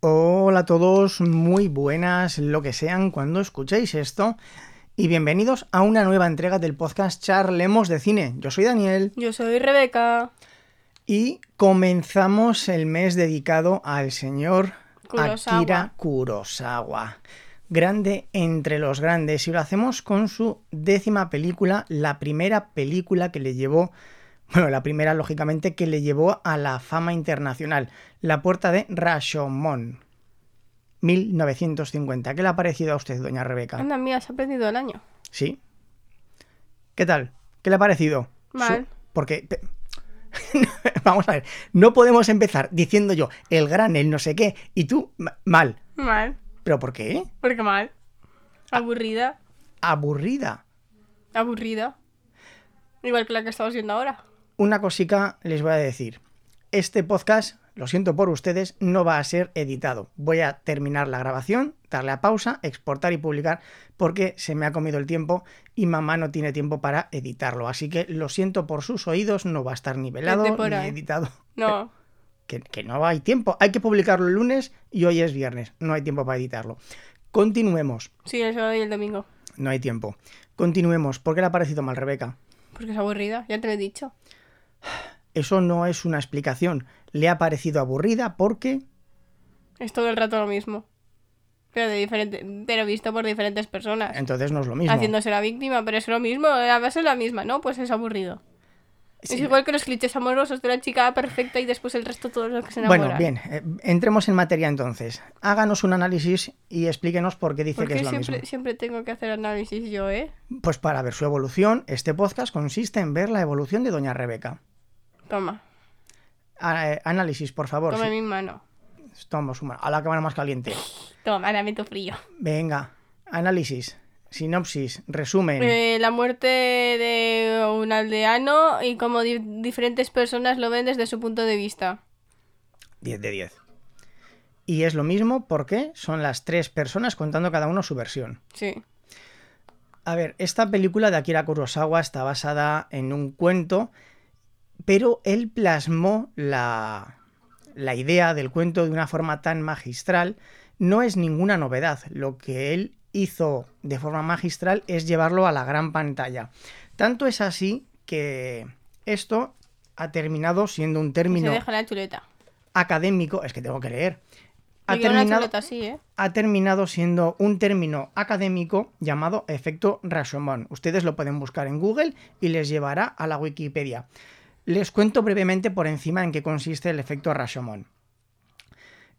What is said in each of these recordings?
Hola a todos, muy buenas, lo que sean cuando escuchéis esto. Y bienvenidos a una nueva entrega del podcast Charlemos de Cine. Yo soy Daniel Yo soy Rebeca. y comenzamos el mes dedicado al señor Kurosawa. Akira Kurosawa. Grande entre los grandes. Y lo hacemos con su décima película, la primera película que le llevó, bueno, la primera lógicamente que le llevó a la fama internacional, La puerta de Rashomon. 1950. ¿Qué le ha parecido a usted, doña Rebeca? Anda, mía, se ha aprendido el año. Sí. ¿Qué tal? ¿Qué le ha parecido? Mal. Su- Porque. pe- Vamos a ver. No podemos empezar diciendo yo el gran, el no sé qué, y tú ma- mal. Mal. ¿Pero por qué? ¿Por qué mal? Ah. Aburrida. Aburrida. Aburrida. Igual que la que estamos viendo ahora. Una cosica les voy a decir. Este podcast, lo siento por ustedes, no va a ser editado. Voy a terminar la grabación, darle a pausa, exportar y publicar porque se me ha comido el tiempo y mamá no tiene tiempo para editarlo. Así que lo siento por sus oídos, no va a estar nivelado Vete por ni ahí. editado. Eh. No. que, que no hay tiempo. Hay que publicarlo el lunes y hoy es viernes. No hay tiempo para editarlo. Continuemos. Sí, el sábado y el domingo. No hay tiempo. Continuemos. ¿Por qué le ha parecido mal, Rebeca? Porque es aburrida. Ya te lo he dicho. Eso no es una explicación. Le ha parecido aburrida porque... Es todo el rato lo mismo. Pero de diferente. Pero visto por diferentes personas. Entonces no es lo mismo. Haciéndose la víctima, pero es lo mismo. La base es la misma, ¿no? Pues es aburrido. Sí. Es igual que los clichés amorosos de la chica perfecta y después el resto todos los que se enamoran. Bueno, bien. eh, entremos en materia entonces. Háganos un análisis y explíquenos por qué dice Porque que es lo siempre, mismo. siempre tengo que hacer análisis yo, ¿eh? Pues para ver su evolución, este podcast consiste en ver la evolución de Doña Rebeca. Toma, Ah, eh, análisis, por favor. toma Sí. mi mano. Toma, suma. A la cámara más caliente. Toma, dame tu frío. Venga, análisis, sinopsis, resumen. Eh, la muerte de un aldeano y cómo di- diferentes personas lo ven desde su punto de vista. 10 de 10. Y es lo mismo porque son las tres personas contando cada uno su versión. Sí. A ver, esta película de Akira Kurosawa está basada en un cuento, pero él plasmó la, la idea del cuento de una forma tan magistral. No es ninguna novedad. Lo que él hizo de forma magistral es llevarlo a la gran pantalla. Tanto es así que esto ha terminado siendo un Y se término deja la chuleta. académico. Es que tengo que leer. Ha Me queda una terminado, chuleta así, ¿eh? ha terminado siendo un término académico llamado efecto Rashomon. Ustedes lo pueden buscar en Google y les llevará a la Wikipedia. Les cuento brevemente por encima en qué consiste el efecto Rashomon.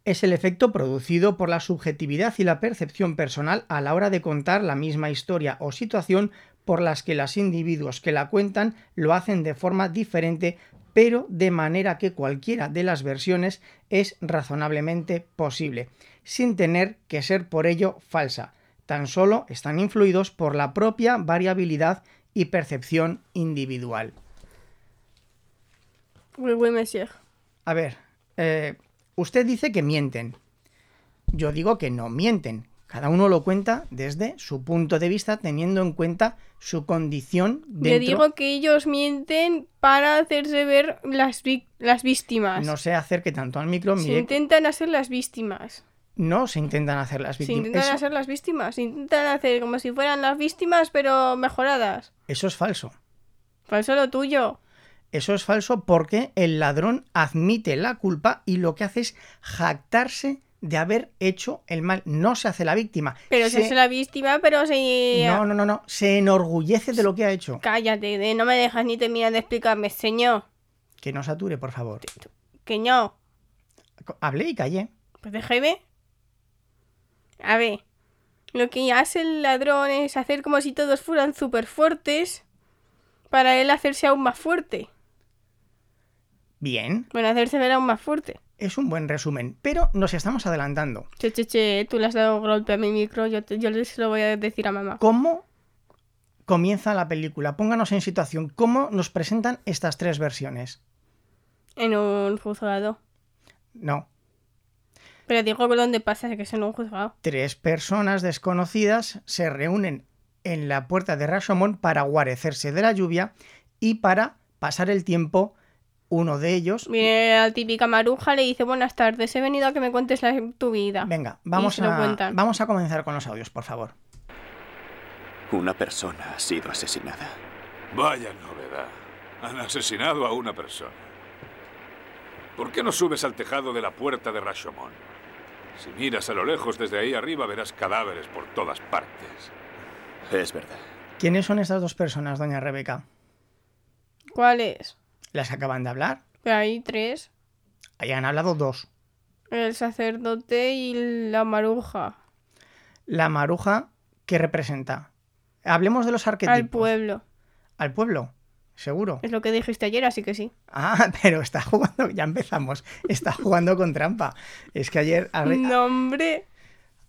Es el efecto producido por la subjetividad y la percepción personal a la hora de contar la misma historia o situación por las que los individuos que la cuentan lo hacen de forma diferente, pero de manera que cualquiera de las versiones es razonablemente posible, sin tener que ser por ello falsa. Tan solo están influidos por la propia variabilidad y percepción individual. Uy, uy, monsieur. A ver, eh, usted dice que mienten. Yo digo que no mienten. Cada uno lo cuenta desde su punto de vista, teniendo en cuenta su condición Yo dentro. digo que ellos mienten para hacerse ver las, vic- las víctimas. No se acerque tanto al micro, se mire, intentan hacer las víctimas. no se intentan hacer las Se víctimas. intentan Eso- hacer las víctimas. Se intentan hacer como si fueran las víctimas, pero mejoradas. eso es falso. Falso lo tuyo. Eso es falso porque el ladrón admite la culpa y lo que hace es jactarse de haber hecho el mal. No se hace la víctima. Pero se... si es la víctima, pero si... No, no, no, no. Se enorgullece de lo que ha hecho. Cállate, de- no me dejas ni terminar de explicarme, señor. Que no sature, por favor. Que no. Hablé y callé. Pues déjeme. A ver. Lo que hace el ladrón es hacer como si todos fueran súper fuertes para él hacerse aún más fuerte. Bien. Bueno, hacerse ver aún más fuerte. Es un buen resumen, pero nos estamos adelantando. Che, che, che, tú le has dado golpe a mi micro, yo, te- yo se lo voy a decir a mamá. ¿Cómo comienza la película? Pónganos en situación. ¿Cómo nos presentan estas tres versiones? En un juzgado. No. Pero digo que dónde pasa, que es en un juzgado. Tres personas desconocidas se reúnen en la puerta de Rashomon para guarecerse de la lluvia y para pasar el tiempo uno de ellos. Viene la típica maruja, le dice buenas tardes, he venido a que me cuentes la- tu vida. Venga, vamos se lo a, cuentan. vamos a comenzar con los audios, por favor. Una persona ha sido asesinada. Vaya novedad. Han asesinado a una persona. ¿Por qué no subes al tejado de la puerta de Rashomon? Si miras a lo lejos desde ahí arriba verás cadáveres por todas partes. Es verdad. ¿Quiénes son estas dos personas, doña Rebeca? ¿Cuál es? ¿Las acaban de hablar? Pero hay tres. Ahí han hablado dos. El sacerdote y la maruja. La maruja que representa. Hablemos de los arquetipos. Al pueblo. Al pueblo, seguro. Es lo que dijiste ayer, así que sí. Ah, pero está jugando, ya empezamos. Está jugando con trampa. Es que ayer, a re- Nombre.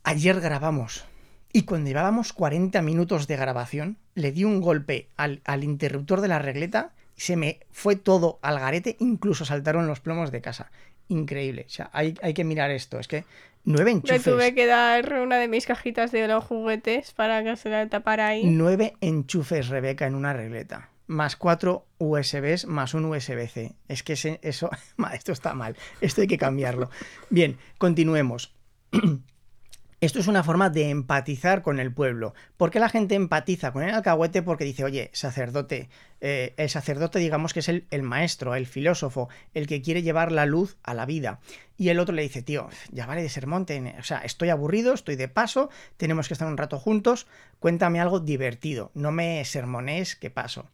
ayer grabamos. Y cuando llevábamos 40 minutos de grabación, le di un golpe al, al interruptor de la regleta. Se me fue todo al garete, incluso saltaron los plomos de casa. Increíble. O sea, hay, hay que mirar esto. Es que nueve Le tuve enchufes. que dar una de mis cajitas de los juguetes para que se la tapara ahí. Nueve enchufes, Rebeca, en una regleta. Más cuatro USBs, más un USB-C. Es que se- eso, ma, esto está mal. Esto hay que cambiarlo. Bien, continuemos. Esto es una forma de empatizar con el pueblo. ¿Por qué la gente empatiza con el alcahuete? Porque dice, oye, sacerdote, eh, el sacerdote digamos que es el, el maestro, el filósofo, el que quiere llevar la luz a la vida. Y el otro le dice, tío, ya vale de sermón, ten- o sea, estoy aburrido, estoy de paso, tenemos que estar un rato juntos, cuéntame algo divertido, no me sermones, que paso.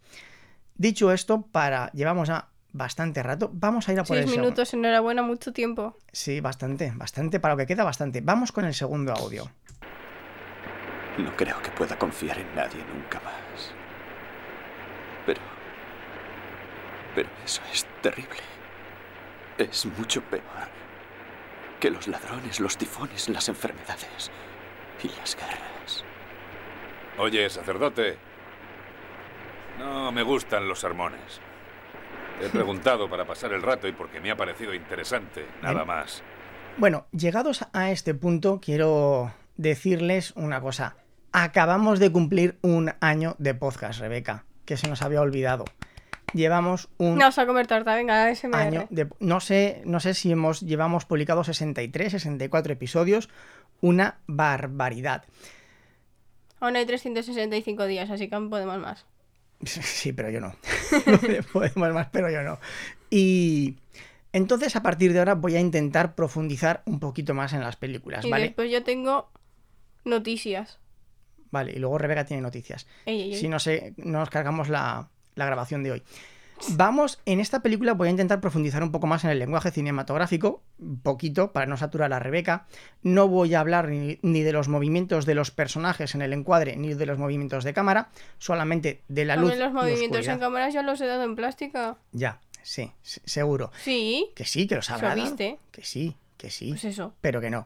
Dicho esto, para, llevamos a bastante rato, vamos a ir a por Seis el segundo. minutos, enhorabuena, mucho tiempo. Sí, bastante, bastante, para lo que queda bastante. Vamos con el segundo audio. No creo que pueda confiar en nadie nunca más. Pero... Pero eso es terrible. Es mucho peor que los ladrones, los tifones, las enfermedades y las guerras. Oye, sacerdote. No me gustan los sermones. He preguntado para pasar el rato y porque me ha parecido interesante, nada Bien. más. Bueno, llegados a este punto, quiero decirles una cosa. Acabamos de cumplir un año de podcast, Rebeca, que se nos había olvidado. Llevamos un No, os va a comer tarta, venga, ASMR. año de... No sé, no sé si hemos, llevamos publicados 63, 64 episodios. Una barbaridad. Aún hay 365 días, así que aún podemos más. Sí, pero yo no. No Podemos más, pero yo no. Y entonces a partir de ahora voy a intentar profundizar un poquito más en las películas, Y ¿vale? después yo tengo noticias. Vale, y luego Rebeca tiene noticias. Ey, ey, ey. Si no se, no nos cargamos la, la grabación de hoy. Vamos, en esta película voy a intentar profundizar un poco más en el lenguaje cinematográfico, un poquito, para no saturar a Rebeca. No voy a hablar ni, ni de los movimientos de los personajes en el encuadre, ni de los movimientos de cámara, solamente de la A luz. ver, los y movimientos en oscuridad. cámaras yo los he dado en plástica. Ya, sí, se- seguro. Sí, Que sí, que los habrá dado. viste? Que sí, que sí. pues eso. pero que no.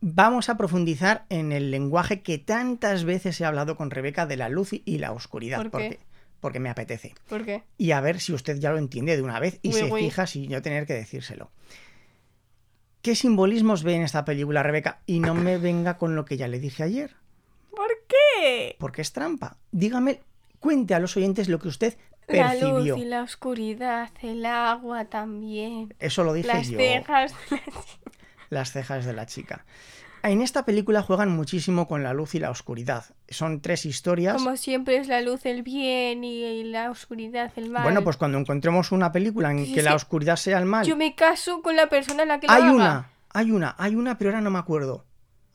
Vamos a profundizar en el lenguaje que tantas veces he hablado con Rebeca de la luz y- y la oscuridad. ¿Por qué? Porque, porque me apetece. ¿Por qué? Y a ver si usted ya lo entiende de una vez y Uy, se uy. fija sin yo tener que decírselo. ¿Qué simbolismos ve en esta película, Rebeca? Y no me venga con lo que ya le dije ayer, ¿Por qué? porque es trampa. Dígame, cuente a los oyentes lo que usted La luz percibió. y la oscuridad, el agua también. Eso lo dije Las yo. cejas. las cejas de la chica. En esta película juegan muchísimo con la luz y la oscuridad. Son tres historias. Como siempre es la luz el bien y, y la oscuridad el mal. Bueno, pues cuando encontremos una película en Sí, que la sí. oscuridad sea el mal. Yo me caso con la persona a la que lo Hay haga. una, hay una, hay una, pero ahora no me acuerdo.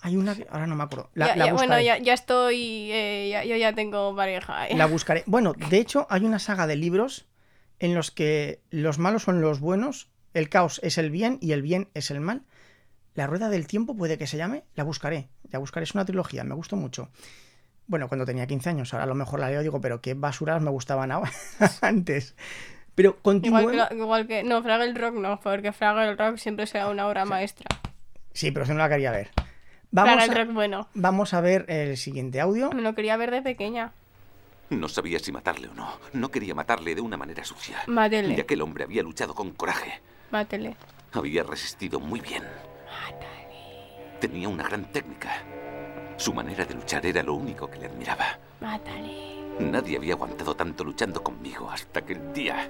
Hay una, que ahora no me acuerdo. La, Ya- la ya- bueno, buscaré. ya, ya estoy. eh, ya- yo ya tengo pareja. eh. La buscaré. Bueno, de hecho, hay una saga de libros en los que los malos son los buenos, el caos es el bien y el bien es el mal. La rueda del tiempo puede que se llame, la buscaré. La buscaré, es una trilogía, me gustó mucho. Bueno, cuando tenía 15 años, ahora a lo mejor la leo y digo, pero qué basuras me gustaban ahora- antes. Pero Igual continúe. que, la- igual que- No, Fraggle Rock no, porque Fraggle Rock siempre será una obra maestra. Sí, pero si no la quería ver. Vamos Fraggle a, Rock, bueno. vamos a ver el siguiente audio. Me lo quería ver de pequeña. No sabía si matarle o no. No quería matarle de una manera sucia. Mátele. Y aquel hombre había luchado con coraje. Mátele. Había resistido muy bien. Tenía una gran técnica. Su manera de luchar era lo único que le admiraba. Mátale. Nadie había aguantado tanto luchando conmigo hasta aquel día.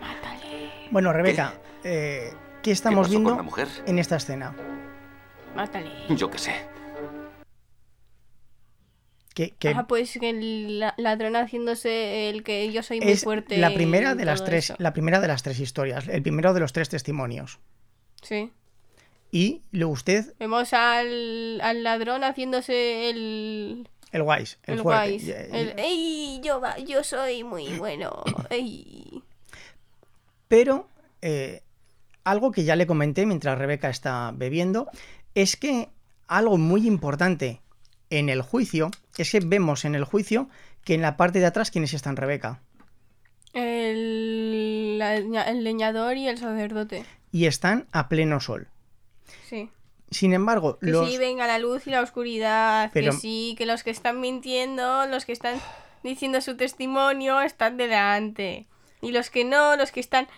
Mátale, Bueno, Rebeca, eh, ¿qué estamos pasó con viendo la mujer? en esta escena? mátale. Yo qué sé. Que, que Ah, pues que el la- ladrón haciéndose el que yo soy muy es fuerte. la primera y de las todo tres, eso. la primera de las tres historias, el primero de los tres testimonios. Sí. Y luego usted, Vemos al, al ladrón haciéndose el. el guays, el, El fuerte. guays. Y- El, ¡Ey! Yo, va- yo soy muy bueno. ¡Ey! Pero eh, algo que ya le comenté mientras Rebeca está bebiendo es que algo muy importante en el juicio es que vemos en el juicio que en la parte de atrás quiénes están Rebeca El, la- el leñador y el sacerdote. y están a pleno sol. Sí. Sin embargo, Que los sí venga la luz y la oscuridad. Pero- Que sí, que los que están mintiendo, los que están diciendo su testimonio, están delante. Y los que no, los que están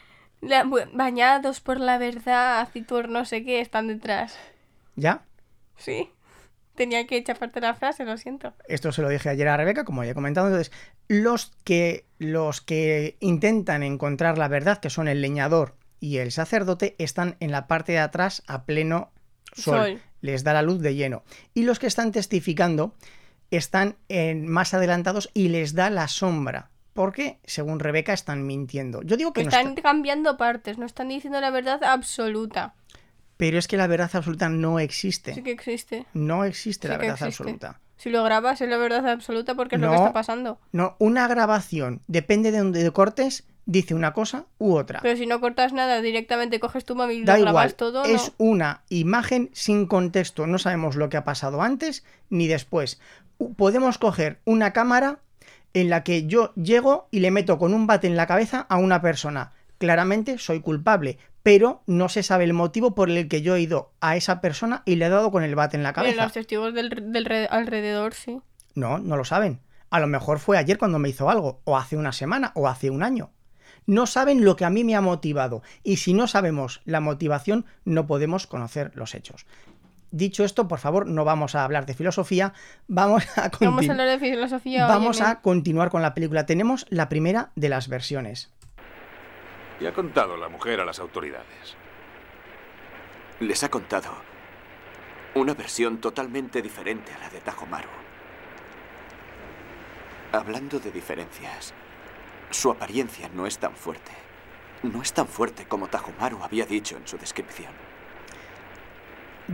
la- bu- bañados por la verdad y por no sé qué, están detrás. ya Sí. Tenía que chaparte la frase, lo siento. esto se lo dije ayer a Rebeca, como ya he comentado, entonces, los que, los que intentan encontrar la verdad, que son el leñador y el sacerdote, están en la parte de atrás a pleno sol. Sol. Les da la luz de lleno. Y los que están testificando están en- más adelantados y les da la sombra. Porque, según Rebeca, están mintiendo. Yo digo que no están está- cambiando partes, no están diciendo la verdad absoluta. Pero es que la verdad absoluta no existe. Sí que existe. No existe Sí la que verdad existe. absoluta. Si lo grabas es la verdad absoluta porque es lo que No. está pasando. No, una grabación, depende de donde cortes, dice una cosa u otra. Pero si no cortas nada, directamente coges tu móvil y da lo igual, grabas todo. ¿no? es una imagen sin contexto, no sabemos lo que ha pasado antes ni después. U- Podemos coger una cámara en la que yo llego y le meto con un bate en la cabeza a una persona. Claramente soy culpable, pero no se sabe el motivo por el que yo he ido a esa persona y le he dado con el bate en la Pero cabeza. los testigos del, del re- alrededor, sí. No, no lo saben. A lo mejor fue ayer cuando me hizo algo, o hace una semana, o hace un año. No saben lo que a mí me ha motivado, y si no sabemos la motivación, no podemos conocer los hechos. Dicho esto, por favor, no vamos a hablar de filosofía, vamos a, continu- Vamos a hablar de filosofía. hoy, vamos Nen. a continuar con la película. Tenemos la primera de las versiones. Y ha contado la mujer a las autoridades. Les ha contado una versión totalmente diferente a la de Tajomaru. Hablando de diferencias, su apariencia no es tan fuerte. No es tan fuerte como Tajomaru había dicho en su descripción.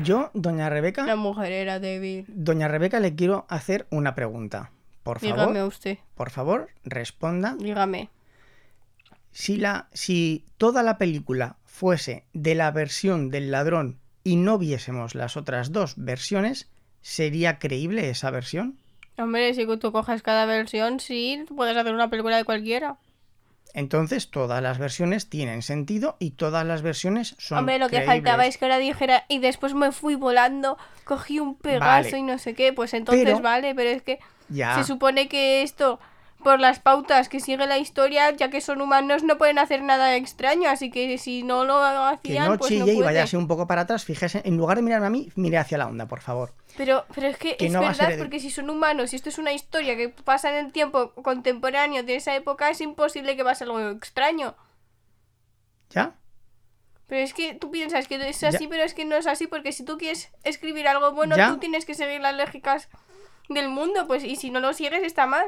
Yo, doña Rebeca, La mujer era débil. doña Rebeca le quiero hacer una pregunta. Por Dígame favor, a usted, por favor, responda dígame. si, la, si toda la película fuese de la versión del ladrón y no viésemos las otras dos versiones, ¿sería creíble esa versión? Hombre, si tú coges cada versión, sí, puedes hacer una película de cualquiera. Entonces todas las versiones tienen sentido y todas las versiones son Hombre, lo que creíbles. faltaba es que ahora dijera, y después me fui volando, cogí un Pegaso Vale. y no sé qué, pues entonces Pero- Ah. vale, pero es que Ya, se supone que esto, por las pautas que sigue la historia, ya que son humanos, no pueden hacer nada extraño, así que si no lo que hacían, no pues no chille y puede. váyase un poco para atrás, fíjese, en lugar de mirarme a mí, mire hacia la onda, por favor. Pero, pero es que, Que es no va a ser verdad, el- porque si son humanos y esto es una historia que pasa en el tiempo contemporáneo de esa época, es imposible que pase algo extraño. ¿Ya? Pero es que tú piensas que es Ya. así, pero es que no es así, porque si tú quieres escribir algo bueno, Ya. tú tienes que seguir las lógicas del mundo, pues, y si no lo sigues, está mal.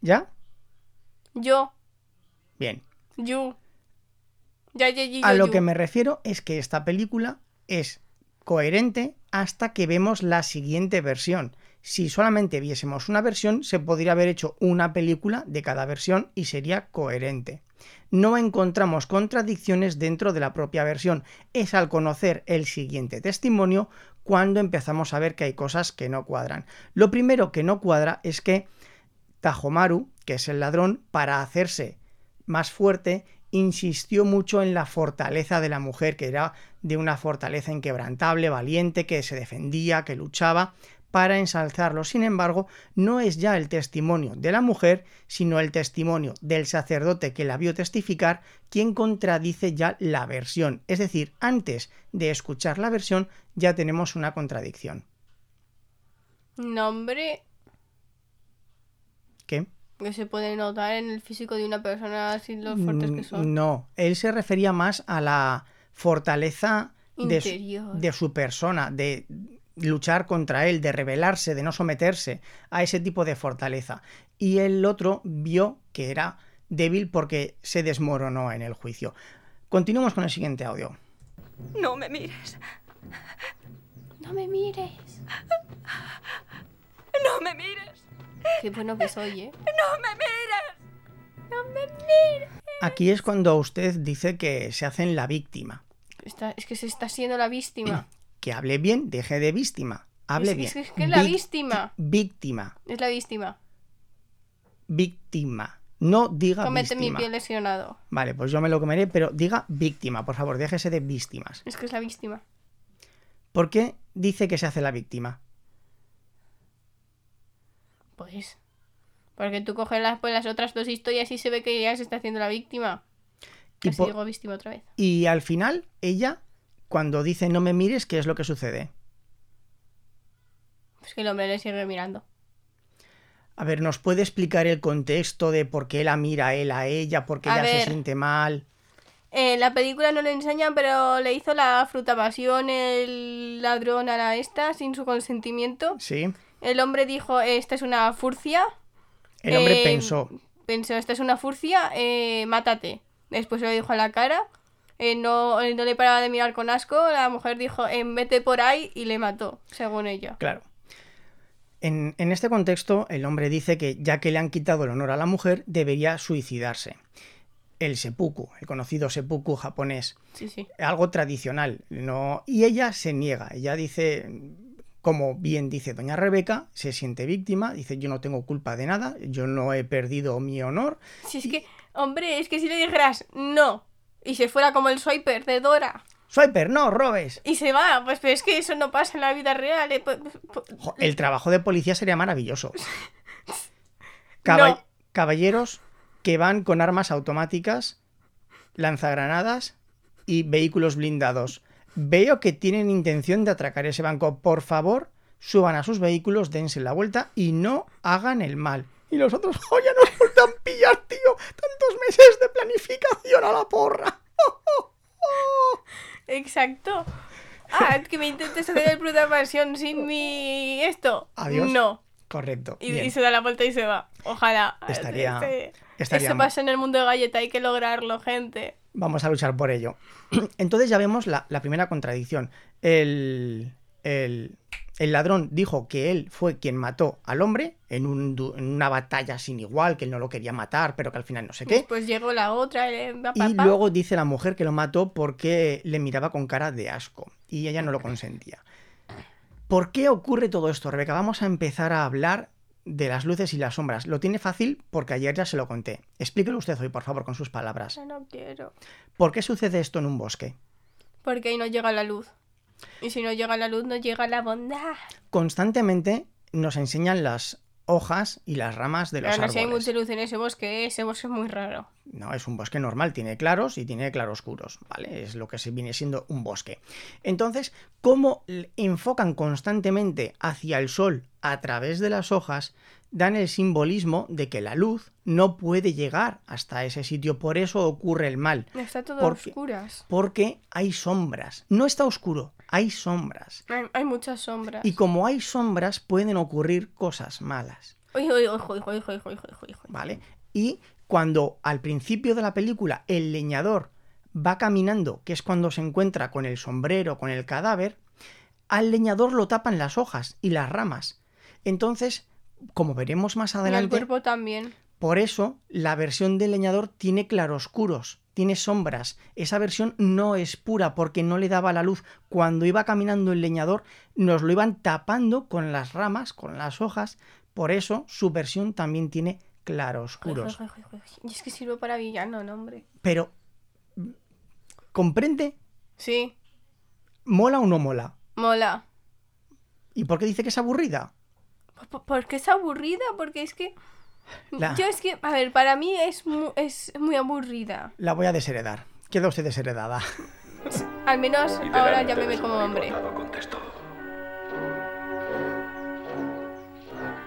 ¿Ya? Yo, Bien. you. Ya, ya, ya, A ya, lo you. que me refiero es que esta película es coherente hasta que vemos la siguiente versión. Si solamente viésemos una versión, se podría haber hecho una película de cada versión y sería coherente. No encontramos contradicciones dentro de la propia versión. Es al conocer el siguiente testimonio cuando empezamos a ver que hay cosas que no cuadran. Lo primero que no cuadra es que Tajomaru, que es el ladrón, para hacerse más fuerte, insistió mucho en la fortaleza de la mujer, que era de una fortaleza inquebrantable, valiente, que se defendía, que luchaba, para ensalzarlo. Sin embargo, no es ya el testimonio de la mujer, sino el testimonio del sacerdote que la vio testificar, quien contradice ya la versión. Es decir, antes de escuchar la versión, ya tenemos una contradicción. No, hombre, ¿Qué? que se puede notar en el físico de una persona así los fuertes que son. Mm, No, él se refería más a la fortaleza de su, Interior. de su persona, de luchar contra él, de rebelarse, de no someterse a ese tipo de fortaleza. Y el otro vio que era débil porque se desmoronó en el juicio. Continuamos con el siguiente audio. No me mires. No me mires. No me mires. Qué bueno que soy, ¿eh? No me mires. Aquí es cuando usted dice que se hacen la víctima. Está- es que se está siendo la víctima. Que hable bien, deje de víctima. Hable Es- bien. es que- es que la Vic- víctima. Víctima. Es la víctima. Víctima. No diga Comete mi víctima. pie lesionado. Vale, pues yo me lo comeré, pero diga víctima, por favor, déjese de víctimas. Es que es la víctima. ¿Por qué dice que se hace la víctima? Pues. Porque tú coges las, pues, las otras dos historias y se ve que ya se está haciendo la víctima. Y, Casi po- digo víctima otra vez. y al final, ella, cuando dice no me mires, ¿qué es lo que sucede? Es que el hombre le sigue mirando. A ver, ¿nos puede explicar el contexto de por qué la mira a él a ella, por qué A ella se ver. siente mal? En Eh, la película no le enseñan, pero le hizo la fruta pasión el ladrón a la esta sin su consentimiento. Sí. El hombre dijo, esta es una furcia. El hombre Eh, pensó, Pensó, esta es una furcia, eh, mátate. Después se lo dijo a la cara. Eh, no, eh, no le paraba de mirar con asco. La mujer dijo, eh, vete por ahí y le mató, según ella. Claro. En, en este contexto, el hombre dice que ya que le han quitado el honor a la mujer, debería suicidarse. El seppuku, el conocido seppuku japonés, Sí, sí. algo tradicional, ¿no? Y ella se niega, ella dice, como bien dice doña Rebeca, se siente víctima, dice yo no tengo culpa de nada, yo no he perdido mi honor, Si es que, hombre, es que si le dijeras no y se fuera como el swiper de Dora Swiper, no robes. y se va, pues pero es que eso no pasa en la vida real. eh, pu- pu- pu- Jo, El trabajo de policía sería maravilloso. Caball- No. Caballeros que van con armas automáticas, lanzagranadas y vehículos blindados. Veo que tienen intención de atracar ese banco. Por favor, suban a sus vehículos, dense la vuelta y no hagan el mal. Y los otros, ¡oh, ya nos faltan pillar, tío! ¡Tantos meses de planificación a la porra! Exacto. Ah, es que me intentes hacer el fruta pasión sin mi esto. Adiós. No. Correcto. Y, bien. y se da la vuelta y se va. Ojalá. Estaría- Este- estaría Eso mal. pasa en el mundo de galleta, hay que lograrlo, gente. Vamos a luchar por ello. Entonces ya vemos la, la primera contradicción. El, el- el ladrón dijo que él fue quien mató al hombre en, un du- en una batalla sin igual, que él no lo quería matar, pero que al final no sé qué. Después llegó Pues, la otra, eh, pa, pa, Y pa. luego dice la mujer que lo mató porque le miraba con cara de asco y ella no lo consentía. ¿Por qué ocurre todo esto, Rebeca? Vamos a empezar a hablar de las luces y las sombras. Lo tiene fácil porque ayer ya se lo conté. Explíquelo usted hoy, por favor, con sus palabras. Ya no quiero. ¿Por qué sucede esto en un bosque? Porque ahí no llega la luz. Y si no llega la luz, no llega la bondad. constantemente nos enseñan las hojas y las ramas de los Ahora sí hay árboles. mucha luz en ese bosque, ¿eh? ese bosque es muy raro. No, es un bosque normal, tiene claros y tiene claroscuros, ¿vale? Es lo que se viene siendo un bosque. Entonces, como l- enfocan constantemente hacia el sol a través de las hojas, dan el simbolismo de que la luz no puede llegar hasta ese sitio, por eso ocurre el mal, Está todo a ¿Por qué? oscuras. porque hay sombras. No está oscuro, hay sombras. Hay, hay muchas sombras. Y como hay sombras, pueden ocurrir cosas malas. Oye, oye, ojo, ojo, ojo, ojo, ojo, ojo, ojo. ¿vale? Y cuando al principio de la película el leñador va caminando, que es cuando se encuentra con el sombrero, con el cadáver, al leñador lo tapan las hojas y las ramas. Entonces, como veremos más Y el adelante, cuerpo también. por eso la versión del leñador tiene claroscuros, tiene sombras. Esa versión no es pura porque no le daba la luz. Cuando iba caminando el leñador, nos lo iban tapando con las ramas, con las hojas. Por eso su versión también tiene Ojo, claroscuros. ojo, ojo, ojo, ojo. Y es que sirve para villano, no, hombre. Pero, ¿comprende? Sí, ¿Mola o no mola? mola. ¿Y por qué dice que es aburrida? P- Porque es aburrida, porque es que... La- Yo es que, a ver, para mí es mu- es muy aburrida. La voy a desheredar. Queda usted desheredada. Al menos ahora llámeme como hombre.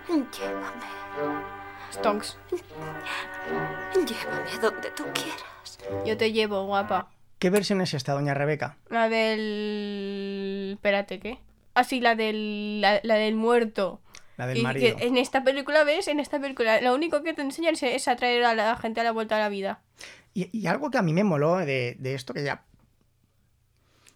Llévame. Stonks. Llévame a donde tú quieras. Yo te llevo, guapa. ¿Qué versión es esta, doña Rebeca? La del... Espérate, ¿qué? Ah, sí, la del, la, la del muerto. La del Y que eh, marido. en esta película, ¿ves? En esta película lo único que te enseñan es- es atraer a la gente a la vuelta a la vida. Y, y algo que a mí me moló de, de esto, que ya...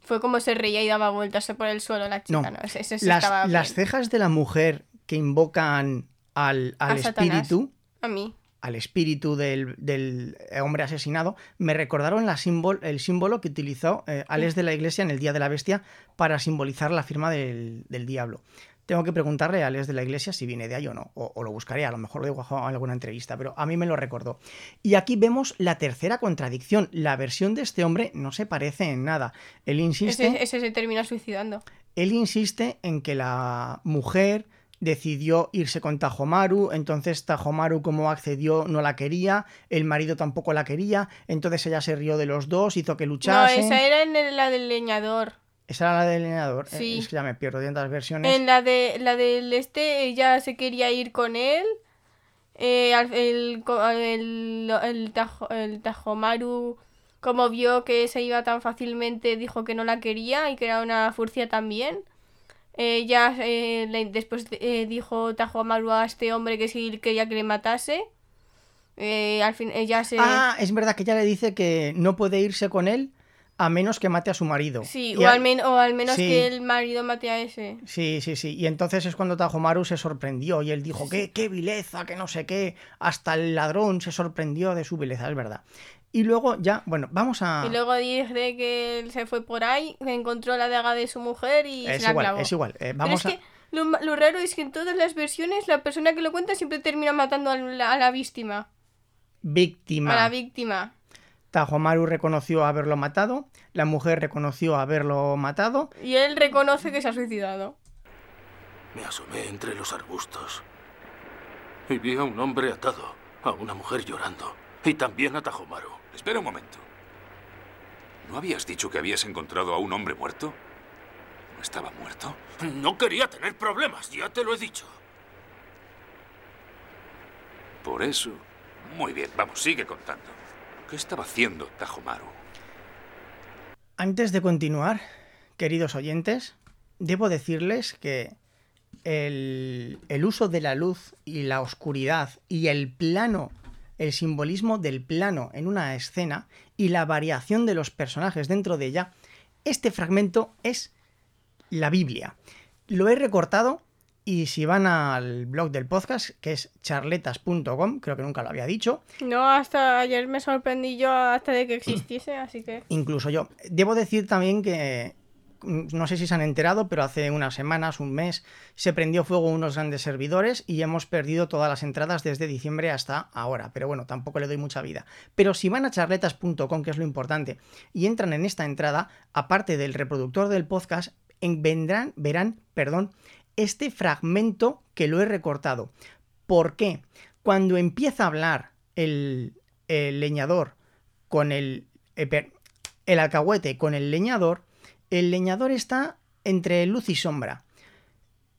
Fue como se reía y daba vueltas por el suelo la chica, No. ¿no? Ese- ese sí estaba Las, bien. las cejas de la mujer que invocan al, al A Satanás. espíritu, A mí. al espíritu del, del hombre asesinado, me recordaron la símbol- el símbolo que utilizó eh, Alex de la Iglesia en el Día de la Bestia para simbolizar la firma del, del diablo. Tengo que preguntarle a Alex de la Iglesia si viene de ahí o no, o, o lo buscaré, a lo mejor lo digo en alguna entrevista, pero a mí me lo recordó. Y aquí vemos la tercera contradicción. La versión de este hombre no se parece en nada. Él insiste Ese, ese se termina suicidando. él insiste en que la mujer decidió irse con Tajomaru, entonces Tajomaru como accedió no la quería, el marido tampoco la quería, entonces ella se rió de los dos, hizo que luchasen. No, esa era en el- la del leñador. Esa era la del leñador. Eh, Sí. Es que ya me pierdo de tantas versiones. En la, de, la del este, ella se quería ir con él. Eh, al- el, co- el, el Tajo- el Tajomaru, como vio que se iba tan fácilmente, dijo que no la quería y que era una furcia también. Ella eh, le- después eh, dijo Tajomaru a este hombre que sí quería que le matase. Eh, al fin, ella se. Ah, es verdad que ella le dice que no puede irse con él a menos que mate a su marido. sí, Y o a- al, men- o al menos Sí. que el marido mate a ese. Sí, sí, sí. Y entonces es cuando Tajomaru se sorprendió y él dijo, ¿qué, qué vileza, que no sé qué. Hasta el ladrón se sorprendió de su vileza, es verdad. Y luego ya, bueno, vamos a... Y luego dice que él se fue por ahí, encontró la daga de su mujer y Es se la igual, clavó. es igual. Eh, Pero vamos es que lo, ma- lo raro es que en todas las versiones la persona que lo cuenta siempre termina matando a la, a la víctima. a... A Víctima. la víctima. Tajomaru reconoció haberlo matado, la mujer reconoció haberlo matado. Y él reconoce que se ha suicidado. Me asomé entre los arbustos y vi a un hombre atado, a una mujer llorando y también a Tajomaru. Espera un momento. ¿No habías dicho que habías encontrado a un hombre muerto? ¿No estaba muerto? No quería tener problemas, ya te lo he dicho. Por eso. Muy bien, vamos, sigue contando. ¿Qué estaba haciendo Tajomaru? Antes de continuar, queridos oyentes, debo decirles que el, el uso de la luz y la oscuridad y el plano, el simbolismo del plano en una escena y la variación de los personajes dentro de ella, este fragmento es la Biblia. Lo he recortado y si van al blog del podcast, que es charletas.com, creo que nunca lo había dicho, No, hasta ayer me sorprendí yo hasta de que existiese, así que... incluso yo. Debo decir también que mm, no sé si se han enterado, pero hace unas semanas, un mes, se prendió fuego unos grandes servidores y hemos perdido todas las entradas desde diciembre hasta ahora. Pero bueno, tampoco le doy mucha vida. Pero si van a charletas.com, que es lo importante, y entran en esta entrada, aparte del reproductor del podcast, en- vendrán, verán, perdón, este fragmento que lo he recortado. ¿Por qué? Cuando empieza a hablar el, el leñador con el, eh, per- el alcahuete con el leñador, el leñador está entre luz y sombra.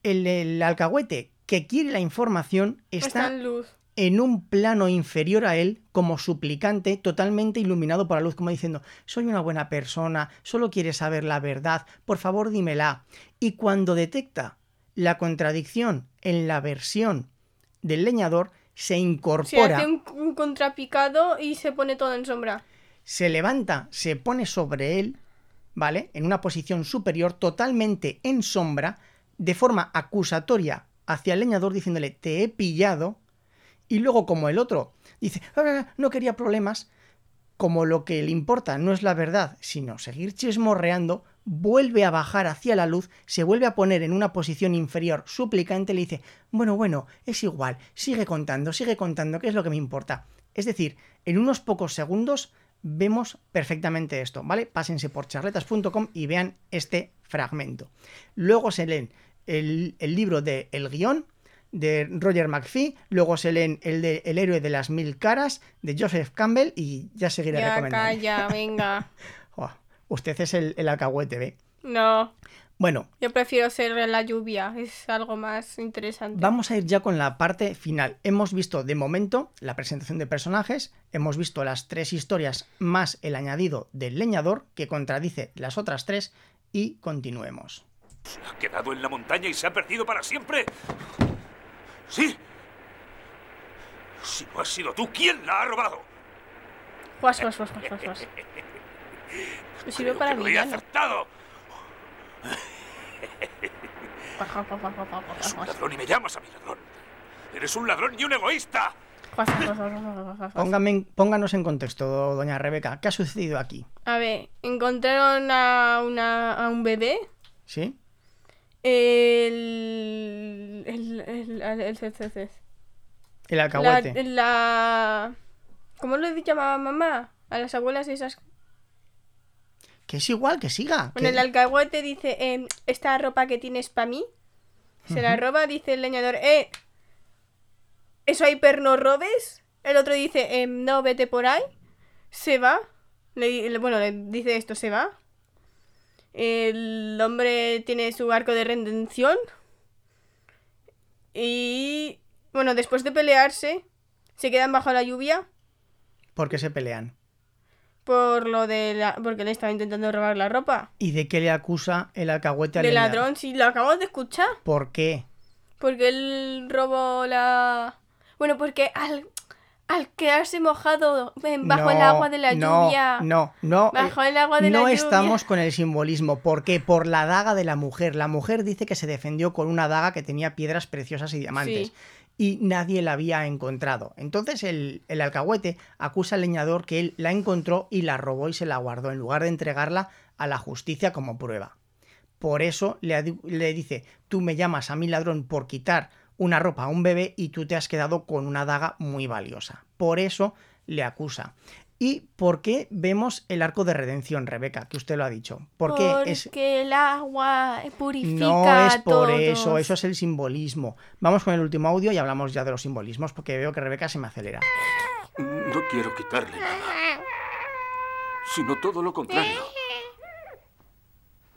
El, el alcahuete que quiere la información Está está en luz. en un plano inferior a él, como suplicante, totalmente iluminado por la luz, como diciendo, soy una buena persona, solo quieres saber la verdad, por favor dímela. Y cuando detecta la contradicción en la versión del leñador, se Se incorpora, hace un, un contrapicado y se pone todo en sombra. se levanta, se pone sobre él, ¿vale? En una posición superior, totalmente en sombra, de forma acusatoria hacia el leñador diciéndole, te he pillado. Y luego como el otro dice, "Ah, no quería problemas, como lo que le importa no es la verdad, sino seguir chismorreando, vuelve a bajar hacia la luz, se vuelve a poner en una posición inferior suplicante, le dice, bueno, bueno, es igual, sigue contando, sigue contando, ¿qué es lo que me importa? Es decir, en unos pocos segundos vemos perfectamente esto, ¿vale? Pásense por charletas.com y vean este fragmento. Luego se leen el, el libro de El Guión, de Roger McPhee, luego se leen el de El héroe de las mil caras, de Joseph Campbell, y ya seguiré Ya, recomendando. calla, venga. Oh, usted es el, el alcahuete, ¿ve? No. Bueno, Yo prefiero ser en la lluvia, es algo más interesante. Vamos a ir ya con la parte final. Hemos visto de momento la presentación de personajes, hemos visto las tres historias más el añadido del leñador que contradice las otras tres y continuemos. ¿Ha quedado en la montaña y se ha perdido para siempre? ¡Sí! Si no has sido tú, ¿quién la ha robado? Guas, guas, guas, guas, guas, guas. Me Sirve Creo para que lo he villano. acertado. Guas, guas, guas, guas, guas, guas, guas, Eres un guas. ladrón y me llamas a mi ladrón. Eres un ladrón y un egoísta. Guas, guas, guas, guas, guas, guas, guas. Póngame en- pónganos en contexto, doña Rebeca, ¿qué ha sucedido aquí? A ver, encontraron a, una, a un bebé. ¿Sí? El. El. El. el, el- el- el- el- El la, alcahuete. la. ¿Cómo lo llamaba mamá? A las abuelas esas. Que es igual, que siga. Bueno, que- el alcahuete dice: em, Esta ropa que tienes para mí. Se la roba, dice el leñador: ¡Eh! ¿Eso hay perno robes? El otro dice: em, No, vete por ahí. Se va. Le di- le- bueno, le dice esto: Se va. El hombre tiene su arco de redención. Y. Bueno, después de pelearse, se quedan bajo la lluvia. ¿Por qué se pelean? Por lo de la... Porque le estaba intentando robar la ropa. ¿Y de qué le acusa el alcahuete al De leñador? ladrón, si lo acabamos de escuchar. ¿Por qué? Porque él robó la... Bueno, porque al, al quedarse mojado en- bajo el No, agua de la no, lluvia... No, no. Bajo eh, el agua de la no lluvia. estamos con el simbolismo. ¿Por qué? Por la daga de la mujer. La mujer dice que se defendió con una daga que tenía piedras preciosas y diamantes. Sí. Y nadie la había encontrado. Entonces el, el alcahuete acusa al leñador que él la encontró y la robó y se la guardó en lugar de entregarla a la justicia como prueba. Por eso le, adi- le dice, tú me llamas a mi ladrón por quitar una ropa a un bebé y tú te has quedado con una daga muy valiosa. Por eso le acusa. ¿Y por qué vemos el arco de redención, Rebeca? Que usted lo ha dicho. ¿Por qué porque es... el agua purifica No es a por todos. eso, eso es el simbolismo. Vamos con el último audio y hablamos ya de los simbolismos porque veo que Rebeca se me acelera. No quiero quitarle nada, Sino todo lo contrario.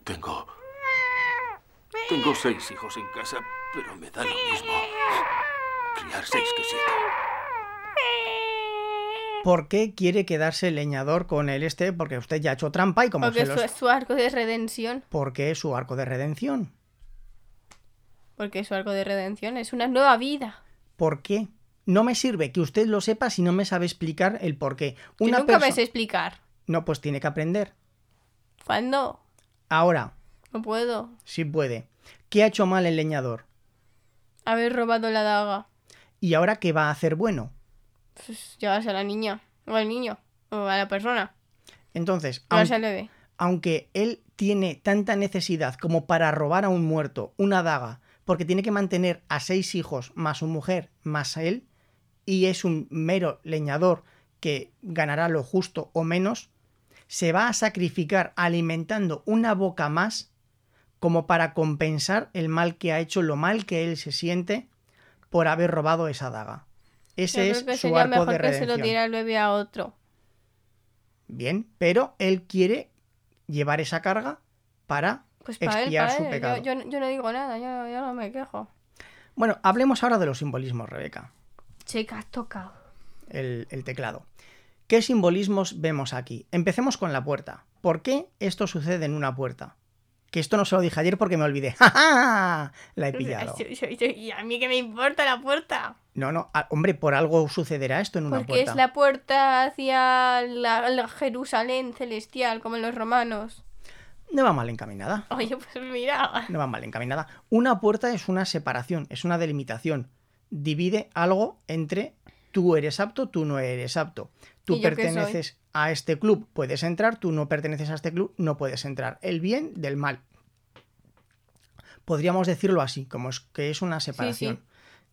Tengo. Tengo seis hijos en casa, pero me da lo mismo. Criar seis que siete. ¿Por qué quiere quedarse el leñador con el este? Porque usted ya ha hecho trampa y como Porque se los... su, su arco de redención. ¿Por qué su arco de redención? Porque su arco de redención es una nueva vida. ¿Por qué? No me sirve que usted lo sepa si no me sabe explicar el por qué. Que Una nunca perso- vais a explicar. No, pues tiene que aprender. ¿Cuándo? Ahora, No puedo. sí puede. ¿Qué ha hecho mal el leñador? Haber robado la daga. ¿Y ahora qué va a hacer bueno? Pues llevarse a la niña. O al niño. O a la persona. Entonces, Llevarse aun- al bebé. aunque él tiene tanta necesidad como para robar a un muerto una daga, porque tiene que mantener a seis hijos más su mujer más a él, y es un mero leñador que ganará lo justo o menos, se va a sacrificar alimentando una boca más como para compensar el mal que ha hecho, lo mal que él se siente por haber robado esa daga. Ese Yo es creo que su sería arco mejor de que se redención. lo diera el bebé a otro. Bien, pero él quiere llevar esa carga para Pues para él, expiar para su él. pecado. Yo, yo no- yo no digo nada, yo, yo no me quejo. Bueno, hablemos ahora de los simbolismos, Rebeca, Chica, has tocado. el, el teclado. ¿Qué simbolismos vemos aquí? Empecemos con la puerta. ¿Por qué esto sucede en una puerta? Que esto no se lo dije ayer porque me olvidé. ¡Ja, ja! La he pillado. Yo- yo- yo- ¿Y a mí qué me importa la puerta? No, no, ah, hombre, por algo sucederá esto en una Porque puerta. es la puerta hacia la, la Jerusalén celestial, como en los romanos. No va mal encaminada. Oye, pues mira. No va mal encaminada. Una puerta es una separación, es una delimitación. Divide algo entre tú eres apto, tú no eres apto. Tú ¿Y yo qué soy? perteneces a este club, puedes entrar, tú no perteneces a este club, no puedes entrar. El bien del mal. Podríamos decirlo así, como es que es una separación.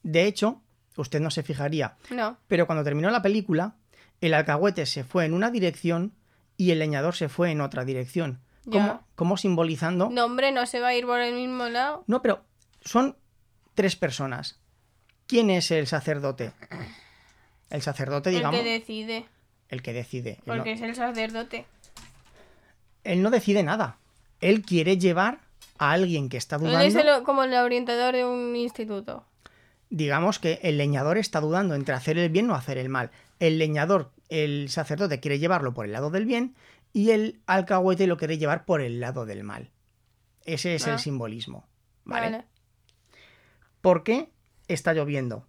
De hecho, usted no se fijaría, No. pero cuando terminó la película, el alcahuete se fue en una dirección y el leñador se fue en otra dirección. Ya. Como, como simbolizando No, hombre, no se va a ir por el mismo lado. no, pero son tres personas. ¿Quién es el sacerdote? El sacerdote, digamos, El que decide. decide. Él no, Porque es el sacerdote. él no decide nada. Él quiere llevar a alguien que está Él dudando, es el- como el orientador de un instituto. digamos que el leñador está dudando entre hacer el bien o hacer el mal. El leñador, el sacerdote quiere llevarlo por el lado del bien y el alcahuete lo quiere llevar por el lado del mal. Ese es Ah. el simbolismo. Vale. ¿vale? ¿Por qué está lloviendo?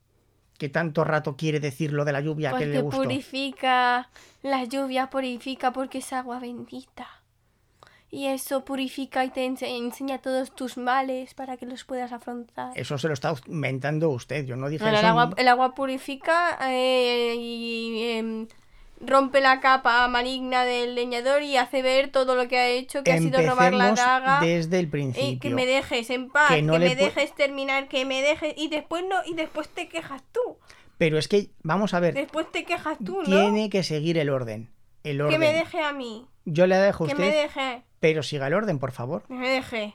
¿Qué tanto rato quiere decir lo de la lluvia que le Porque gustó? Pues purifica, la lluvia purifica porque es agua bendita. Y eso purifica y te ense- enseña todos tus males para que los puedas afrontar. Eso se lo está inventando usted. Yo no dije Bueno, el eso. agua, el agua purifica eh, y em, rompe la capa maligna del leñador y hace ver todo lo que ha hecho, que ha sido robar la Empecemos daga. desde el Eh, principio. que me dejes en paz, Que que, no le me pu- dejes terminar, que me dejes y después no y después te quejas tú. Pero es que, vamos a ver, Después te quejas tú, ¿no? tiene que seguir el orden. El Que orden. me deje a mí, Yo le dejo a que usted, me deje, pero siga el orden, por favor. que me deje.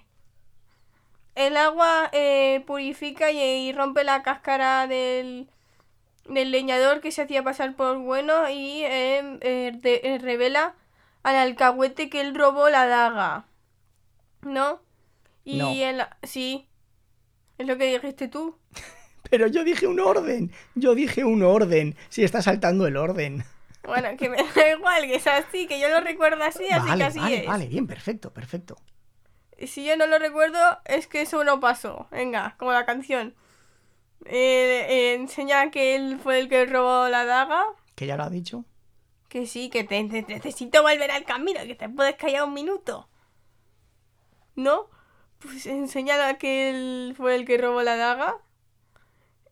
El agua eh, purifica y, y rompe la cáscara del, del leñador que se hacía pasar por bueno y eh, eh, de- eh, revela al alcahuete que él robó la daga. ¿No? Y No. el- sí. Es lo que dijiste tú. Pero yo dije un orden. Yo dije un orden. Si está saltando el orden. Bueno, que me da igual, que es así, que yo lo recuerdo así, así que vale, así vale, es. vale, bien, perfecto, perfecto. Y si yo no lo recuerdo, es que eso no pasó. Venga, como la canción. Eh, eh, enseña que él fue el que robó la daga. Que ya lo ha dicho. Que sí, que te, te- necesito volver al camino, que te puedes callar un minuto. ¿No? Pues enseñala que él fue el que robó la daga.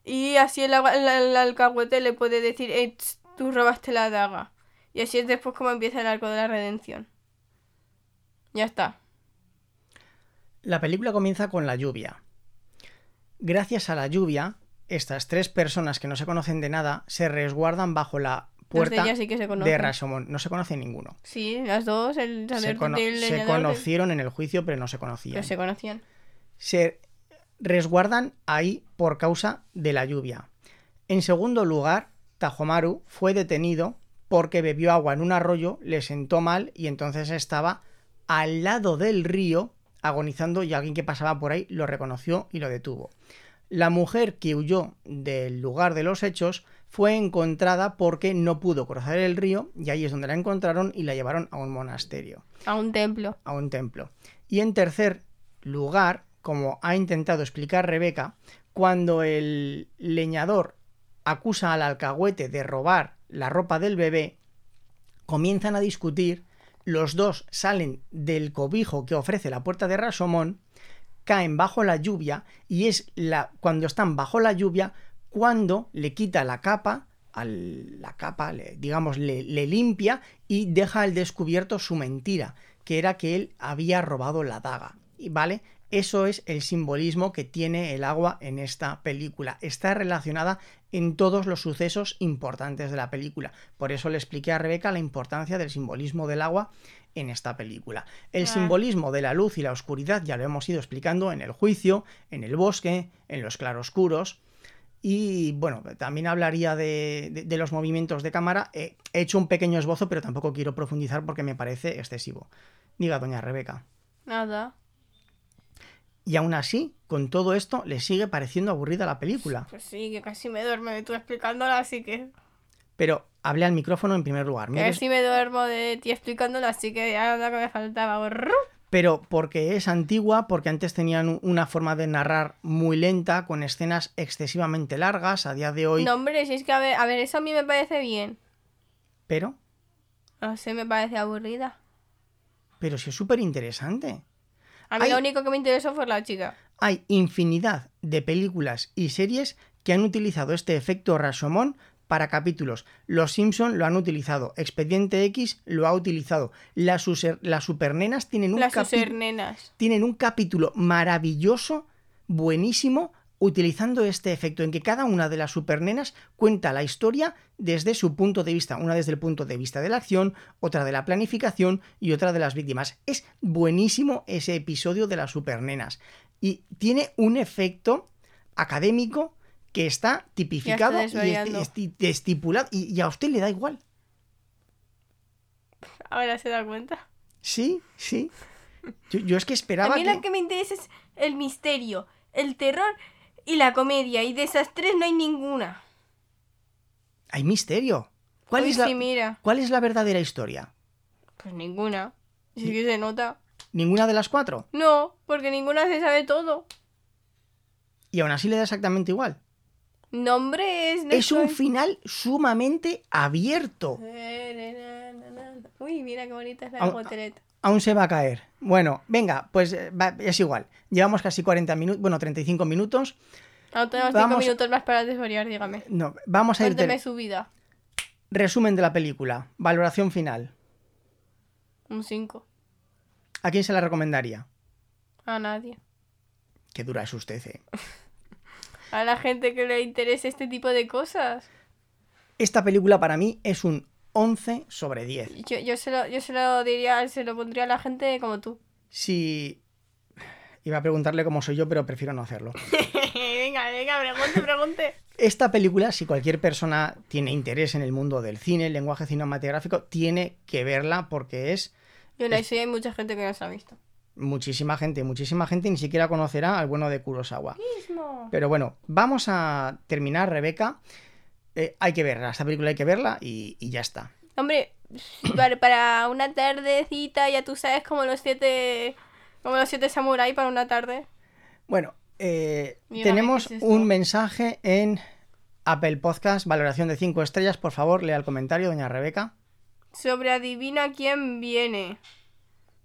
Y así el, agua- el- el alcahuete le puede decir, "Eh, tss, tú robaste la daga. Y así es después como empieza el arco de la redención. Ya está. La película comienza con la lluvia. Gracias a la lluvia, estas tres personas que no se conocen de nada se resguardan bajo la Los de puerta ella sí que se de conocen. Rashomon. No se conoce ninguno. Sí, las dos, el Se, sacerdote cono- y el se leñador, conocieron en el juicio, pero no se conocían. pero se conocían. se resguardan ahí por causa de la lluvia. En segundo lugar, Tajomaru fue detenido porque bebió agua en un arroyo, le sentó mal y entonces estaba al lado del río agonizando y alguien que pasaba por ahí lo reconoció y lo detuvo. La mujer que huyó del lugar de los hechos fue encontrada porque no pudo cruzar el río y ahí es donde la encontraron y la llevaron a un monasterio A un templo. a un templo. Y en tercer lugar, como ha intentado explicar Rebeca, cuando el leñador acusa al alcahuete de robar la ropa del bebé, comienzan a discutir, los dos salen del cobijo que ofrece la puerta de Rasomón, caen bajo la lluvia y es la, cuando están bajo la lluvia cuando le quita la capa, al, la capa, le- digamos, le, le limpia y deja al descubierto su mentira, que era que él había robado la daga. Y vale, eso es el simbolismo que tiene el agua en esta película. Está relacionada en todos los sucesos importantes de la película. Por eso le expliqué a Rebeca la importancia del simbolismo del agua en esta película. El Ah. simbolismo de la luz y la oscuridad ya lo hemos ido explicando en el juicio, en el bosque, en los claroscuros. Y bueno, también hablaría de, de- de los movimientos de cámara. He he hecho un pequeño esbozo, pero tampoco quiero profundizar porque me parece excesivo. Diga, doña Rebeca. Nada. Y aún así, con todo esto, le sigue pareciendo aburrida la película. Pues sí, que casi me duermo de tú explicándola, así que... Pero hablé al micrófono en primer lugar. Que mire- casi me duermo de ti explicándola, así que ya era lo que me faltaba. Brrr. pero porque es antigua, porque antes tenían un- una forma de narrar muy lenta, con escenas excesivamente largas a día de hoy. No, hombre, si es que a ver, a ver, eso a mí me parece bien. Pero, No sé, me parece aburrida. pero sí es súper interesante. A mí Ay. lo único que me interesó fue la chica. Hay infinidad de películas y series que han utilizado este efecto Rashomon para capítulos. Los Simpson lo han utilizado, Expediente X lo ha utilizado, las, user- las supernenas tienen un, Las capi- susernenas. tienen un capítulo maravilloso, buenísimo, utilizando este efecto en que cada una de las supernenas cuenta la historia desde su punto de vista, una desde el punto de vista de la acción, otra de la planificación y otra de las víctimas. Es buenísimo ese episodio de las supernenas y tiene un efecto académico que está tipificado y, desvariando. esti- esti- estipulado y- y a usted le da igual. Ahora se da cuenta. Sí, sí. Yo, yo es que A esperaba mí que... lo que me interesa es el misterio, el terror y la comedia. Y de esas tres no hay ninguna. Hay misterio. ¿Cuál Uy, es, la... sí, mira. ¿Cuál es la verdadera historia? Pues ninguna. Si es que se nota. ¿Ninguna de las cuatro? No, porque ninguna se sabe todo. Y aún así le da exactamente igual. Nombre es... Es un final sumamente abierto. Uy, mira qué bonita es la Au- gotereta. Aún se va a caer. Bueno, venga, pues eh, va- es igual. Llevamos casi 40 minutos, bueno, 35 minutos. Aún tenemos Vamos- Ah, cinco minutos más para desvariar, dígame. No, vamos a ir Cuénteme del su vida. resumen de la película, valoración final. Un 5. ¿A quién se la recomendaría? A nadie. Qué dura es usted, eh. A la gente que le interese este tipo de cosas. Esta película para mí es un 11 sobre 10. Yo, yo, se, lo, yo se lo diría, se lo pondría a la gente como tú. Si... Iba a preguntarle cómo soy yo, pero prefiero no hacerlo. venga, venga, pregunte, pregunte. Esta película, si cualquier persona tiene interés en el mundo del cine, el lenguaje cinematográfico, tiene que verla porque es Yo no sé, hay mucha gente que no se ha visto. muchísima gente, muchísima gente ni siquiera conocerá al bueno de Kurosawa. Pero bueno, vamos a terminar, Rebeca. Eh, hay que verla, esta película hay que verla y, y ya está. Hombre, para, para una tardecita, ya tú sabes, como los siete. Como los siete samuráis para una tarde. Bueno, eh, Dígame, tenemos ¿qué es esto? un mensaje en Apple Podcast, valoración de 5 estrellas. Por favor, lea el comentario, doña Rebeca. Sobre adivina quién viene.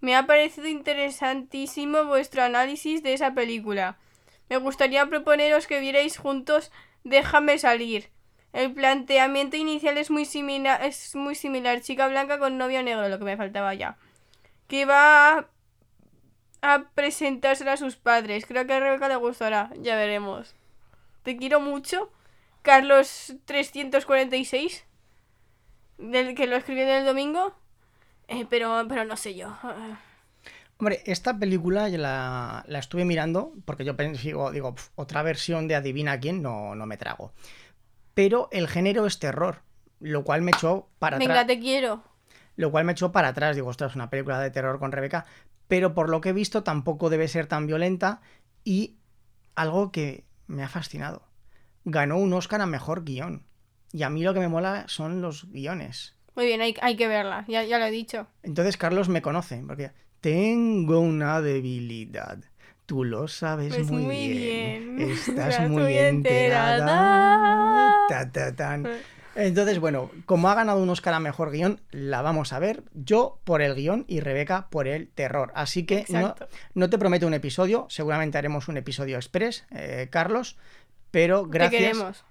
Me ha parecido interesantísimo vuestro análisis de esa película. Me gustaría proponeros que vierais juntos Déjame salir. El planteamiento inicial es muy similar, es muy similar, chica blanca con novio negro, lo que me faltaba ya. Que va a, a presentársela a sus padres. Creo que a Rebeca le gustará, ya veremos. Te quiero mucho, Carlos 346 del que lo escribió en el domingo. Eh, pero, pero no sé yo. Ah, Hombre, esta película yo la, la estuve mirando porque yo pensé, digo, digo, "Pf, otra versión de Adivina quién no, no me trago. Pero el género es terror, lo cual me echó para atrás. Venga, te quiero. Lo cual me echó para atrás. Digo, ostras, una película de terror con Rebeca. Pero por lo que he visto, tampoco debe ser tan violenta. Y algo que me ha fascinado. Ganó un Oscar a mejor guión. Y a mí lo que me mola son los guiones. Muy bien, hay, hay que verla, ya, ya lo he dicho. Entonces Carlos me conoce, porque tengo una debilidad. Tú lo sabes Pues muy, muy bien. bien. Estás Estás muy muy enterada. enterada. Ta, ta, tan. Eh. Entonces, bueno, como ha ganado un Oscar a mejor guión, la vamos a ver. Yo por el guión y Rebeca por el terror. Así que no, Exacto. no te prometo un episodio. Seguramente haremos un episodio express, eh, Carlos. Pero Te gracias. queremos. Eh.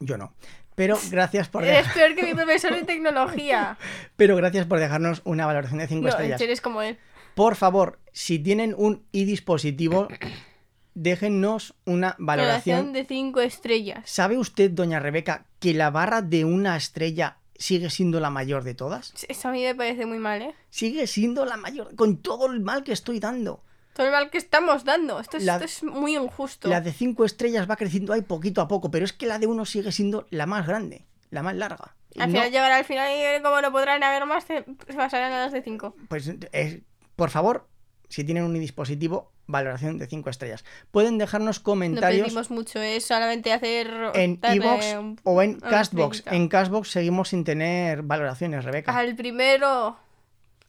Yo no. Pero gracias por Eres dejar- peor que mi profesor de tecnología. pero gracias por dejarnos una valoración de 5 No, estrellas. eres como él. Por favor, si tienen un i-dispositivo, déjennos una Valoración valoración. de 5 estrellas. ¿Sabe usted, doña Rebeca, que la barra de una estrella sigue siendo la mayor de todas? Eso a mí me parece muy mal, ¿eh? Sigue siendo la mayor, con todo el mal que estoy dando. Todo el mal que estamos dando. Esto es, La- esto es muy injusto. La de cinco estrellas va creciendo ahí poquito a poco, pero es que la de uno sigue siendo la más grande, la más larga. Y Al no- final llegará al final y como no podrán haber más, se se basarán en las de 5. Pues es- por favor, si tienen un dispositivo, valoración de cinco estrellas. Pueden dejarnos No comentarios. pedimos mucho, es solamente hacer... en darle Evox un- o en una Castbox. estrellita. En Castbox seguimos sin tener valoraciones, Rebeca. Al primero.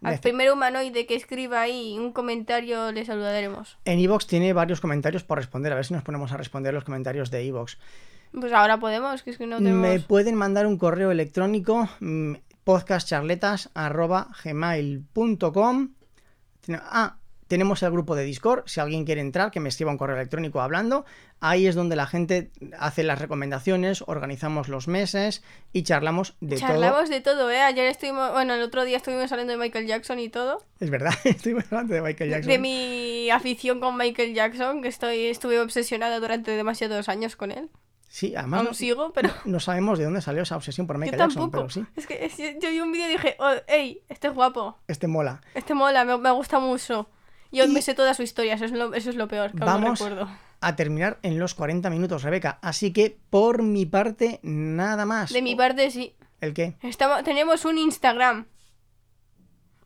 Al Nece- primer humanoide que escriba ahí un comentario le saludaremos. En Evox tiene varios comentarios por responder. A ver si nos ponemos a responder los comentarios de Evox. Pues ahora podemos, que es que no tenemos. Me pueden mandar un correo electrónico mm, podcastcharletas@gmail.com. Ten- Ah, tenemos el grupo de Discord. Si alguien quiere entrar, que me escriba un correo electrónico hablando. Ahí es donde la gente hace las recomendaciones, organizamos los meses y charlamos de todo. Charlamos de todo, ¿eh? Ayer estuvimos, bueno, el otro día estuvimos hablando de Michael Jackson y todo. Es verdad, estoy hablando de Michael Jackson. De mi afición con Michael Jackson, que estoy, estuve obsesionada durante demasiados años con él. Sí, además. Aún no- sigo, pero... No sabemos de dónde salió esa obsesión por Yo Michael Jackson, tampoco. pero sí, Es que es- yo vi un vídeo y dije, oh, hey, este es guapo. este mola. Este mola, me, me gusta mucho. Yo Y- me sé toda su historia, eso es lo, eso es lo peor, que aún no Vamos recuerdo. a terminar en los 40 minutos, Rebeca. Así que, por mi parte, nada más. De mi parte, sí. ¿El qué? Estamos, tenemos un Instagram.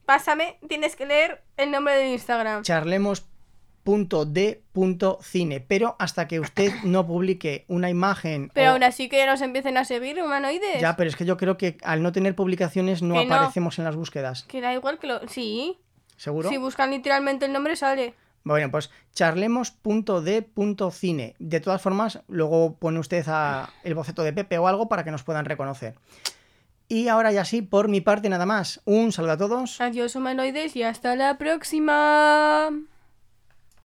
Pásame, tienes que leer el nombre de Instagram. charlemos.d.cine, pero hasta que usted no publique una imagen Pero o- aún así que nos empiecen a seguir, humanoides. Ya, pero es que yo creo que al no tener publicaciones no Que no. aparecemos en las búsquedas. Que da igual que lo... Sí. ¿Seguro? Si buscan literalmente el nombre sale. Bueno, pues charlemos.d.cine. De todas formas, luego pone usted a el boceto de Pepe o algo para que nos puedan reconocer. Y ahora ya sí, por mi parte nada más. Un saludo a todos. Adiós humanoides y hasta la próxima.